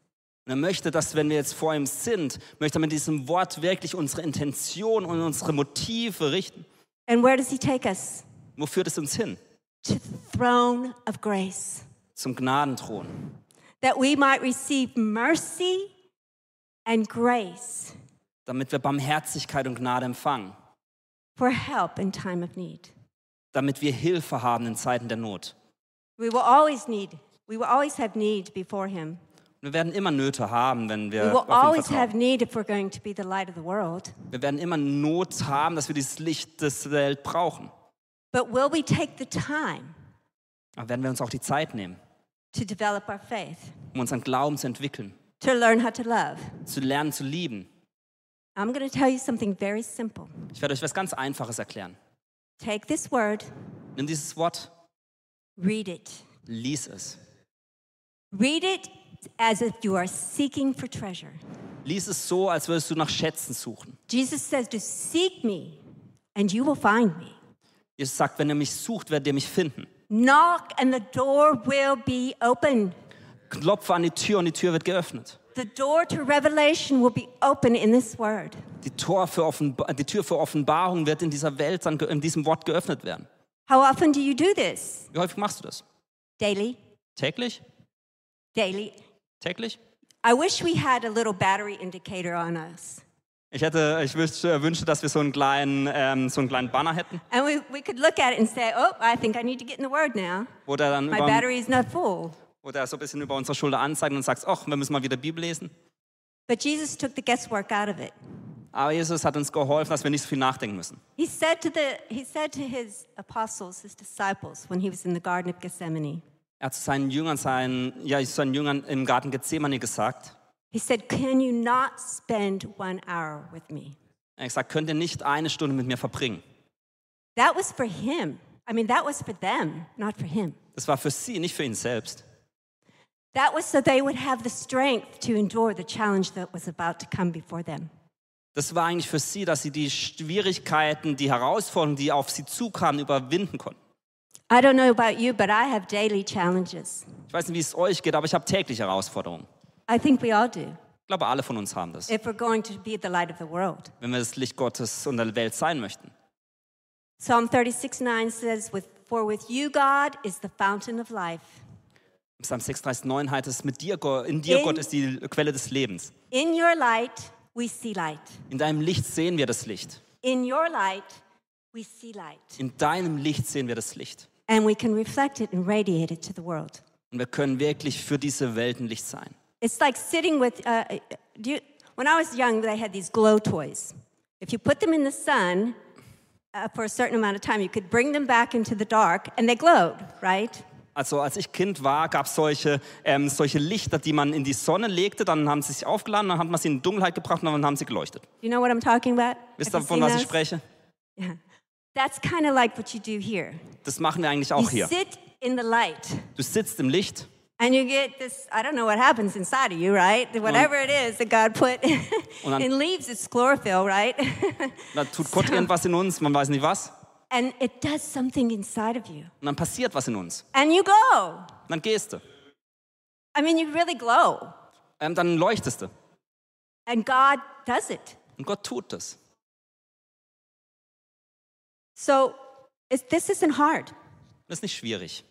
S1: Und er möchte, dass wenn wir jetzt vor ihm sind, möchte er mit diesem Wort wirklich unsere Intention und unsere Motive richten.
S4: And where does he take us?
S1: Wo führt es uns hin?
S4: To the throne of grace,
S1: Zum Gnadenthron,
S4: that we might receive mercy and grace
S1: damit wir Barmherzigkeit und Gnade empfangen,
S4: for help in time of need.
S1: damit wir Hilfe haben in Zeiten der Not.
S4: We will always need, we will always have need before him.
S1: Und wir werden immer Nöte haben, wenn wir
S4: We will
S1: auf ihn
S4: always
S1: vertrauen.
S4: have need if we're going to be the light of the world.
S1: Wir werden immer Not haben, dass wir dieses Licht des Welt brauchen.
S4: But will we take the time
S1: Aber werden wir uns auch die Zeit nehmen,
S4: to develop our faith,
S1: um unseren Glauben zu entwickeln,
S4: to learn how to love?
S1: zu lernen, zu lieben.
S4: I'm going to tell you something very simple.
S1: Ich werde euch was ganz Einfaches erklären.
S4: Take this word,
S1: Nimm dieses Wort,
S4: read it.
S1: lies es.
S4: Read it as if you are seeking for treasure.
S1: Lies es so, als würdest du nach Schätzen suchen.
S4: Jesus says to seek me and you will find me.
S1: Jesus sagt, wenn ihr mich sucht, werdet ihr mich finden.
S4: Knock and the door will be open.
S1: Klopfe an die Tür und die Tür wird geöffnet.
S4: The door to revelation will be open in this word.
S1: Die, Tor für Offenba- die Tür für Offenbarung wird in dieser Welt, dann, ge- in diesem Wort geöffnet werden.
S4: How often do you do this?
S1: Wie häufig machst du das?
S4: Daily,
S1: Täglich?
S4: daily.
S1: Täglich?
S4: I wish we had a little battery indicator on us.
S1: Ich, hätte, ich wünschte, wünschte, dass wir so einen kleinen, ähm, so einen kleinen Banner hätten,
S4: And we, we could look at it and say, oh, I think I need to get in the Word now.
S1: wo der dann
S4: My
S1: über,
S4: battery is not full.
S1: wo der so ein bisschen über unsere Schulter anzeigt und sagt, ach, wir müssen mal wieder Bibel lesen.
S4: But Jesus took the guesswork out of it.
S1: Aber Jesus hat uns geholfen, dass wir nicht so viel nachdenken müssen.
S4: He said to, the, he said to his apostles, his disciples, when he was in the Garden of Gethsemane,
S1: Er hat zu seinen Jüngern, seinen, ja, zu seinen Jüngern im Garten Gethsemane gesagt,
S4: he said, Can you not spend one hour with me?
S1: er hat gesagt, könnt ihr nicht eine Stunde mit mir verbringen?
S4: That was for him. I mean, that was for them, not for him.
S1: Das war für sie, nicht für ihn selbst.
S4: That was so they would have the strength to endure the challenge that was about to come before them.
S1: Das war eigentlich für sie, dass sie die Schwierigkeiten, die Herausforderungen, die auf sie zukamen, überwinden konnten.
S4: I don't know about you, but I have daily challenges.
S1: Ich weiß nicht, wie es euch geht, aber ich habe täglich Herausforderungen.
S4: I think we all do.
S1: Ich glaube, alle von uns haben das,
S4: if we're going to be the light of the world.
S1: wenn wir das Licht Gottes und der Welt sein möchten.
S4: Psalm 36 9 says, with, For with you, God, is the fountain of life.
S1: Im Psalm 6,39 heißt es, mit dir, Go- in dir,
S4: In-
S1: Gott, ist die Quelle des Lebens.
S4: In your light, we see light.
S1: In deinem Licht sehen wir das Licht.
S4: In your light, we see light.
S1: In deinem Licht sehen wir das Licht.
S4: And we can reflect it and radiate it to the world.
S1: Und wir können wirklich für diese Welt ein Licht sein.
S4: It's like sitting with, uh, do you, when I was young, they had these glow toys. If you put them in the sun uh, for a certain amount of time, you could bring them back into the dark and they glowed, right?
S1: Also als ich Kind war, gab es solche, ähm, solche Lichter, die man in die Sonne legte, dann haben sie sich aufgeladen, dann hat man sie in die Dunkelheit gebracht und dann haben sie geleuchtet.
S4: You know what I'm talking about?
S1: Wisst ihr,
S4: Have you
S1: von
S4: seen
S1: was ich
S4: those?
S1: spreche?
S4: Yeah. That's kind of like what you do here.
S1: Das machen wir eigentlich
S4: You
S1: auch hier.
S4: sit in the light
S1: Du sitzt im Licht
S4: and you get this I don't know what happens inside of you, right? Whatever it is that God put
S1: dann-
S4: in leaves, it's chlorophyll, right?
S1: und dann tut Gott
S4: So.
S1: irgendwas in uns, man weiß nicht was,
S4: and it does something inside of you.
S1: und dann passiert was in uns.
S4: And you glow.
S1: Und dann gehst du,
S4: I mean, you really glow.
S1: ähm, dann leuchtest du.
S4: And God does it.
S1: Und Gott tut das.
S4: So it's, this isn't hard.
S1: Das ist nicht schwierig.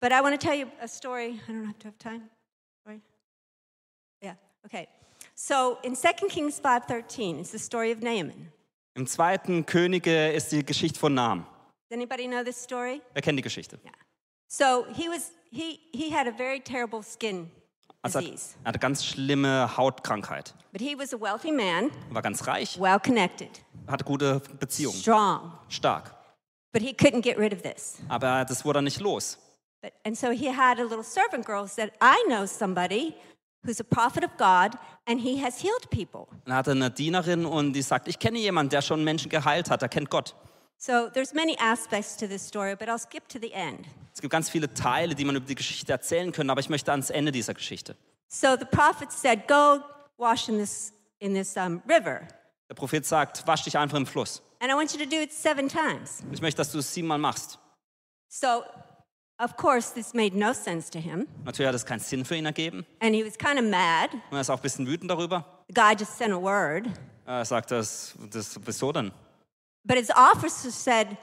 S4: But I want to tell you a story. I don't have to have time. Sorry. Yeah, okay. So in 2 Kings 5.13, it's the story of Naaman.
S1: Im zweiten Könige ist die Geschichte von Naam.
S4: Does anybody know this story?
S1: Wer kennt die Geschichte?
S4: So he was he he had a very terrible skin
S1: Also er
S4: disease,
S1: hatte ganz schlimme Hautkrankheit,
S4: but he was a wealthy man,
S1: war ganz reich,
S4: well connected,
S1: hatte gute Beziehungen,
S4: strong,
S1: stark.
S4: but he couldn't get rid of this.
S1: Aber das wurde er nicht los.
S4: But, and so he had a little servant girl who said, "I know somebody who's a prophet of God, and he has healed people."
S1: Dann hatte eine Dienerin und die sagt, ich kenne jemanden, der schon Menschen geheilt hat, der kennt Gott.
S4: So there's many aspects to this story, but I'll skip to the end.
S1: Es gibt ganz viele Teile, die man über die Geschichte erzählen können, aber ich möchte ans Ende dieser Geschichte.
S4: So the prophet said, "Go wash in this in this um, river,"
S1: Der Prophet sagt, wasch dich einfach im Fluss.
S4: and I want you to do it seven times.
S1: Ich möchte, dass du es siebenmal machst.
S4: So, of course, this made no sense to him.
S1: Natürlich hat es keinen Sinn für ihn ergeben.
S4: And he was kind of mad.
S1: Und er ist auch ein bisschen wütend darüber.
S4: The guy just sent a word.
S1: Er sagt, das, das, wieso denn?
S4: But his officer said,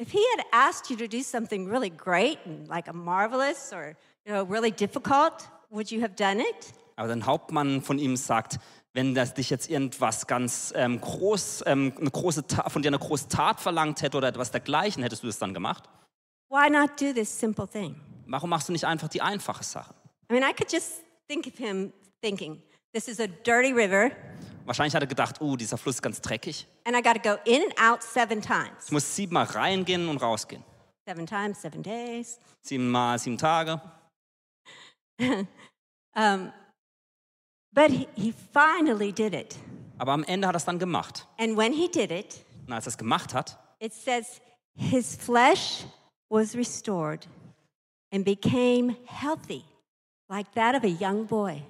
S4: if he had asked you to do something really great and like a marvelous or you know really difficult, would you have done it?
S1: Aber der Hauptmann von ihm sagt, wenn das dich jetzt irgendwas ganz ähm, groß, ähm, eine große Ta von dir eine große Tat verlangt hätte oder etwas dergleichen, hättest du das dann gemacht?
S4: Why not do this simple thing?
S1: Warum machst du nicht einfach die einfache Sache?
S4: I mean, I could just think of him thinking, this is a dirty river
S1: Wahrscheinlich hat er gedacht, oh, dieser Fluss ist ganz dreckig.
S4: and I got to go in and out seven
S1: Ich
S4: times.
S1: muss siebenmal reingehen und rausgehen.
S4: Seven times, seven days.
S1: Siebenmal, sieben Tage.
S4: Um, but he, he finally did it.
S1: Aber am Ende hat er es dann gemacht.
S4: And when he did it,
S1: Und als er es gemacht hat,
S4: It says, His flesh was restored and became healthy, like that of a young boy.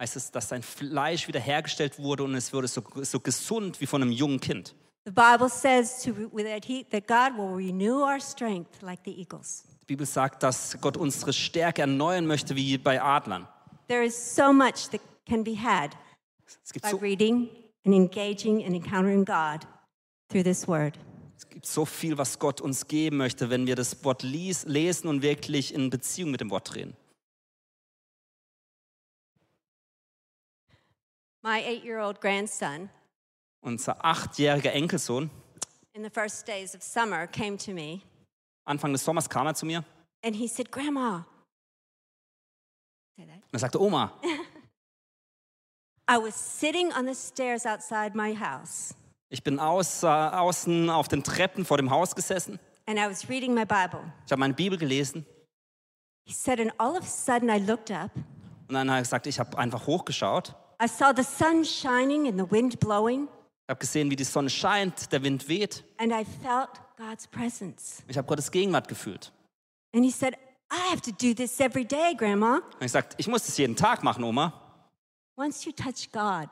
S1: heißt es, dass sein Fleisch wiederhergestellt wurde und es wurde so, so gesund wie von einem jungen Kind.
S4: The Bible says to, that, he, that God will renew our strength like the eagles.
S1: Die Bibel sagt, dass Gott unsere Stärke erneuern möchte wie bei Adlern.
S4: There is so much that can be had
S1: Es gibt
S4: by
S1: so,
S4: reading and engaging and encountering God through this word.
S1: es gibt so viel, was Gott uns geben möchte, wenn wir das Wort lies, lesen und wirklich in Beziehung mit dem Wort treten.
S4: My eight year old grandson,
S1: Unser achtjähriger Enkelsohn,
S4: in the first days of summer, came to me
S1: Anfang des Sommers kam er zu mir und
S4: and he said, Grandma, say that.
S1: er sagte, Oma,
S4: I was sitting on the stairs outside my house
S1: ich bin außer, außen auf den Treppen vor dem Haus gesessen,
S4: and I was reading my Bible.
S1: ich habe meine Bibel gelesen
S4: He said, and all of a sudden I looked up.
S1: und dann hat er gesagt, ich habe einfach hochgeschaut,
S4: I saw the sun shining and the wind blowing,
S1: ich habe gesehen, wie die Sonne scheint, der Wind weht
S4: and I felt God's presence.
S1: und ich habe Gottes Gegenwart gefühlt.
S4: And he said, I have to do this every day, Grandma.
S1: Und ich sagte, ich muss das jeden Tag machen, Oma,
S4: Once you touch God,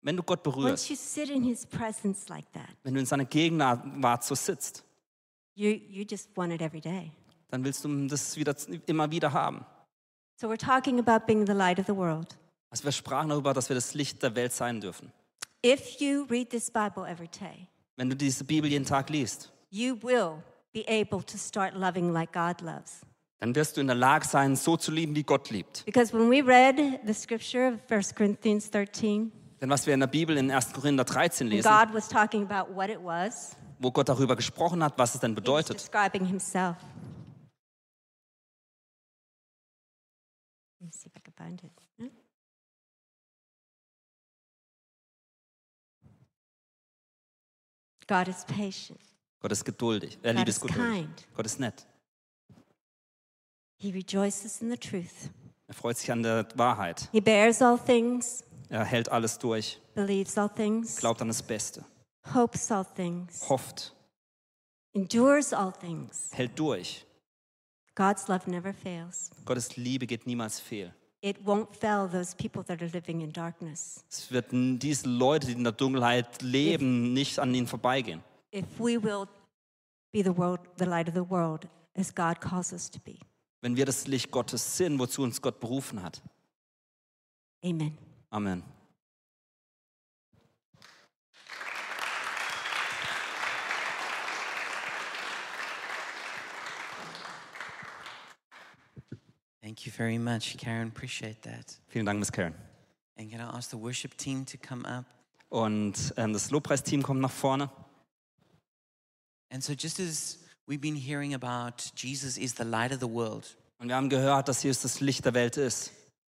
S1: wenn du Gott
S4: once
S1: berührst,
S4: you sit in his presence like that,
S1: wenn du in seiner Gegenwart so sitzt.
S4: you, you just want it every day.
S1: dann willst du das wieder, immer wieder haben.
S4: So we're talking about being the light of the world.
S1: Also wir sprachen darüber, dass wir das Licht der Welt sein dürfen.
S4: If you read this Bible every day,
S1: Wenn du diese Bibel jeden Tag liest,
S4: you will be able to start loving like God loves.
S1: dann wirst du in der Lage sein, so zu lieben, wie Gott liebt.
S4: Because when we read the scripture of 1 Corinthians 13,
S1: Denn was wir in der Bibel in 1. Korinther 13
S4: when
S1: lesen,
S4: God was talking about what it was,
S1: wo Gott darüber gesprochen hat, was es denn
S4: he was
S1: bedeutet,
S4: describing himself. Let me see if I can find it. Hmm? No? God is patient.
S1: Gott ist geduldig, er
S4: God
S1: liebt
S4: is
S1: es geduldig.
S4: kind.
S1: Gott ist nett.
S4: He rejoices in the truth.
S1: Er freut sich an der Wahrheit.
S4: He bears all things,
S1: Er hält alles durch,
S4: believes all things,
S1: glaubt an das Beste,
S4: hopes all things,
S1: hofft,
S4: endures all things.
S1: hält durch.
S4: God's love never fails.
S1: Gottes Liebe geht niemals fehl.
S4: it won't fail those people that are living in darkness.
S1: Es wird n- diese Leute, die in der Dunkelheit leben, nicht an ihnen vorbeigehen.
S4: If we will be the world, the light of the world, as God calls us to be.
S1: wenn wir das Licht Gottes sind, wozu uns Gott berufen hat.
S4: Amen.
S1: Amen.
S2: Thank you very much, Karen. Appreciate that.
S1: Vielen Dank, Miss Karen.
S2: And can I ask the worship team to come up?
S1: Und ähm, das Lobpreisteam kommt nach vorne.
S2: And so, just as we've been hearing about Jesus is the light of the world
S1: Und wir haben gehört, dass Jesus das Licht der Welt ist.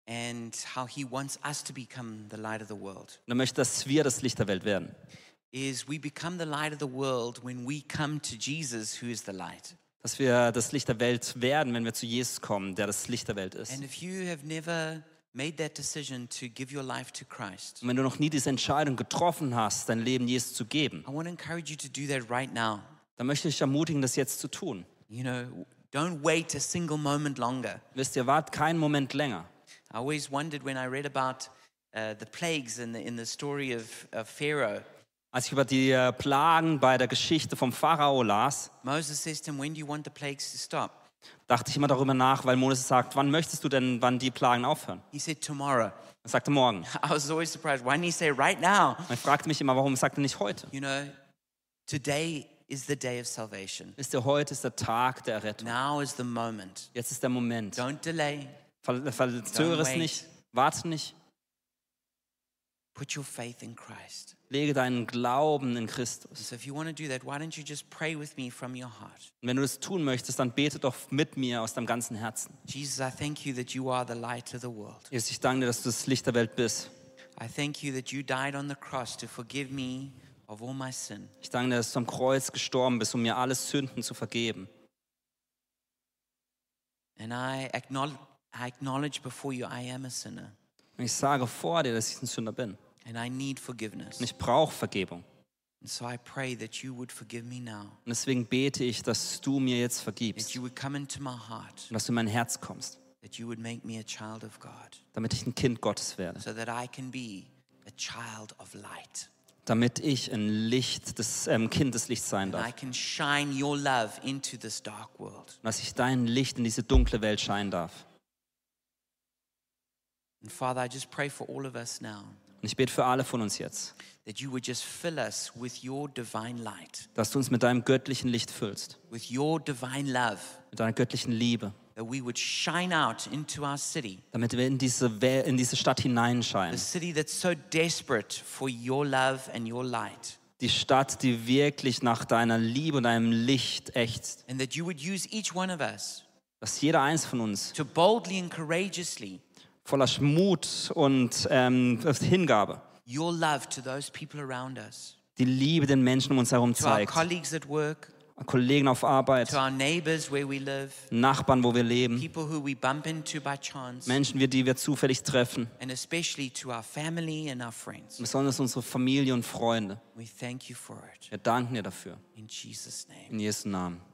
S2: and how he wants us to become the light of the world,
S1: Und er möchte, dass wir das Licht der Welt werden.
S2: is we become the light of the world when we come to Jesus, who is the light.
S1: Dass wir das Licht der Welt werden, wenn wir zu Jesus kommen, der das Licht der Welt ist.
S2: And if you have never made that decision to give your life to Christ,
S1: Und wenn du noch nie diese Entscheidung getroffen hast, dein Leben Jesus zu geben,
S2: I want to encourage you to do that right now.
S1: dann möchte ich dich ermutigen, das jetzt zu tun.
S2: You know, don't wait a single moment longer.
S1: Wisst ihr, wart keinen Moment länger.
S2: I always wondered when I read about uh, the plagues in the, in the story of, of Pharaoh.
S1: Als ich über die äh, Plagen bei der Geschichte vom Pharao las,
S2: Moses says to him, When do you want the plagues to stop?
S1: dachte ich immer darüber nach, weil Moses sagt, wann möchtest du denn, wann die Plagen aufhören?
S2: He said, Tomorrow.
S1: Er sagte morgen.
S2: I was always surprised. Why didn't he say right now?
S1: Man fragt mich immer, warum sagt er nicht heute?
S2: You know, today is the day of salvation.
S1: Wisst ihr, heute ist der Tag der Errettung.
S2: Now is the moment.
S1: Jetzt ist der Moment.
S2: Don't delay.
S1: Ver verzögere es
S2: wait.
S1: nicht, warte nicht.
S2: Put your faith in Christ.
S1: Lege deinen Glauben in Christus.
S2: So if you want to do that, why don't you just pray with me from your heart?
S1: Und wenn du das tun möchtest, dann bete doch mit mir aus deinem ganzen Herzen.
S2: Jesus, I thank you that you are the light of the world.
S1: Jesus, ich danke dir, dass du das Licht der Welt bist.
S2: I thank you that you died on the cross to forgive me of all my sin.
S1: Ich danke dir, dass du am Kreuz gestorben bist, um mir alle Sünden zu vergeben.
S2: And I acknowledge, I acknowledge before you I am a sinner
S1: Und ich sage vor dir, dass ich ein Sünder bin.
S2: and I need forgiveness.
S1: Und ich brauche Vergebung.
S2: And so I pray that you would forgive me now,
S1: Und deswegen bete ich, dass du mir jetzt
S2: that
S1: vergibst
S2: you would come into my heart,
S1: und dass du in mein Herz kommst,
S2: that you would make me a child of God,
S1: damit ich ein Kind Gottes werde,
S2: so that I can be a child of light.
S1: damit ich ein Licht des, ähm, Kind des Lichts sein
S2: And I
S1: darf.
S2: can shine your love into this dark world.
S1: Und dass ich dein Licht in diese dunkle Welt scheinen darf.
S2: And Father, I just pray for all of us now
S1: Und ich bete für alle von uns jetzt,
S2: that you would just fill us with your divine light,
S1: dass du uns mit deinem göttlichen Licht füllst,
S2: with your divine love,
S1: mit deiner göttlichen Liebe,
S2: that we would shine out into our city,
S1: damit wir in diese, Wel- in diese Stadt
S2: the
S1: hineinscheinen.
S2: city that's so desperate for your love and your light.
S1: Die Stadt, die wirklich nach deiner Liebe und deinem Licht ächzt.
S2: And that you would use each one of us
S1: Dass jeder eins von uns
S2: to boldly and courageously
S1: voller Mut und ähm, Hingabe
S2: your love to those people around us,
S1: die Liebe den Menschen um uns herum
S2: to our
S1: zeigt.
S2: colleagues at work,
S1: Kollegen auf Arbeit,
S2: to our neighbors where we live,
S1: Nachbarn, wo wir leben,
S2: people who we bump into by chance,
S1: Menschen, wir- die wir zufällig treffen,
S2: and especially to our family and our friends.
S1: besonders unsere Familie und Freunde.
S2: We thank you for it.
S1: Wir danken dir dafür.
S2: In Jesus' name.
S1: In Jesu Namen.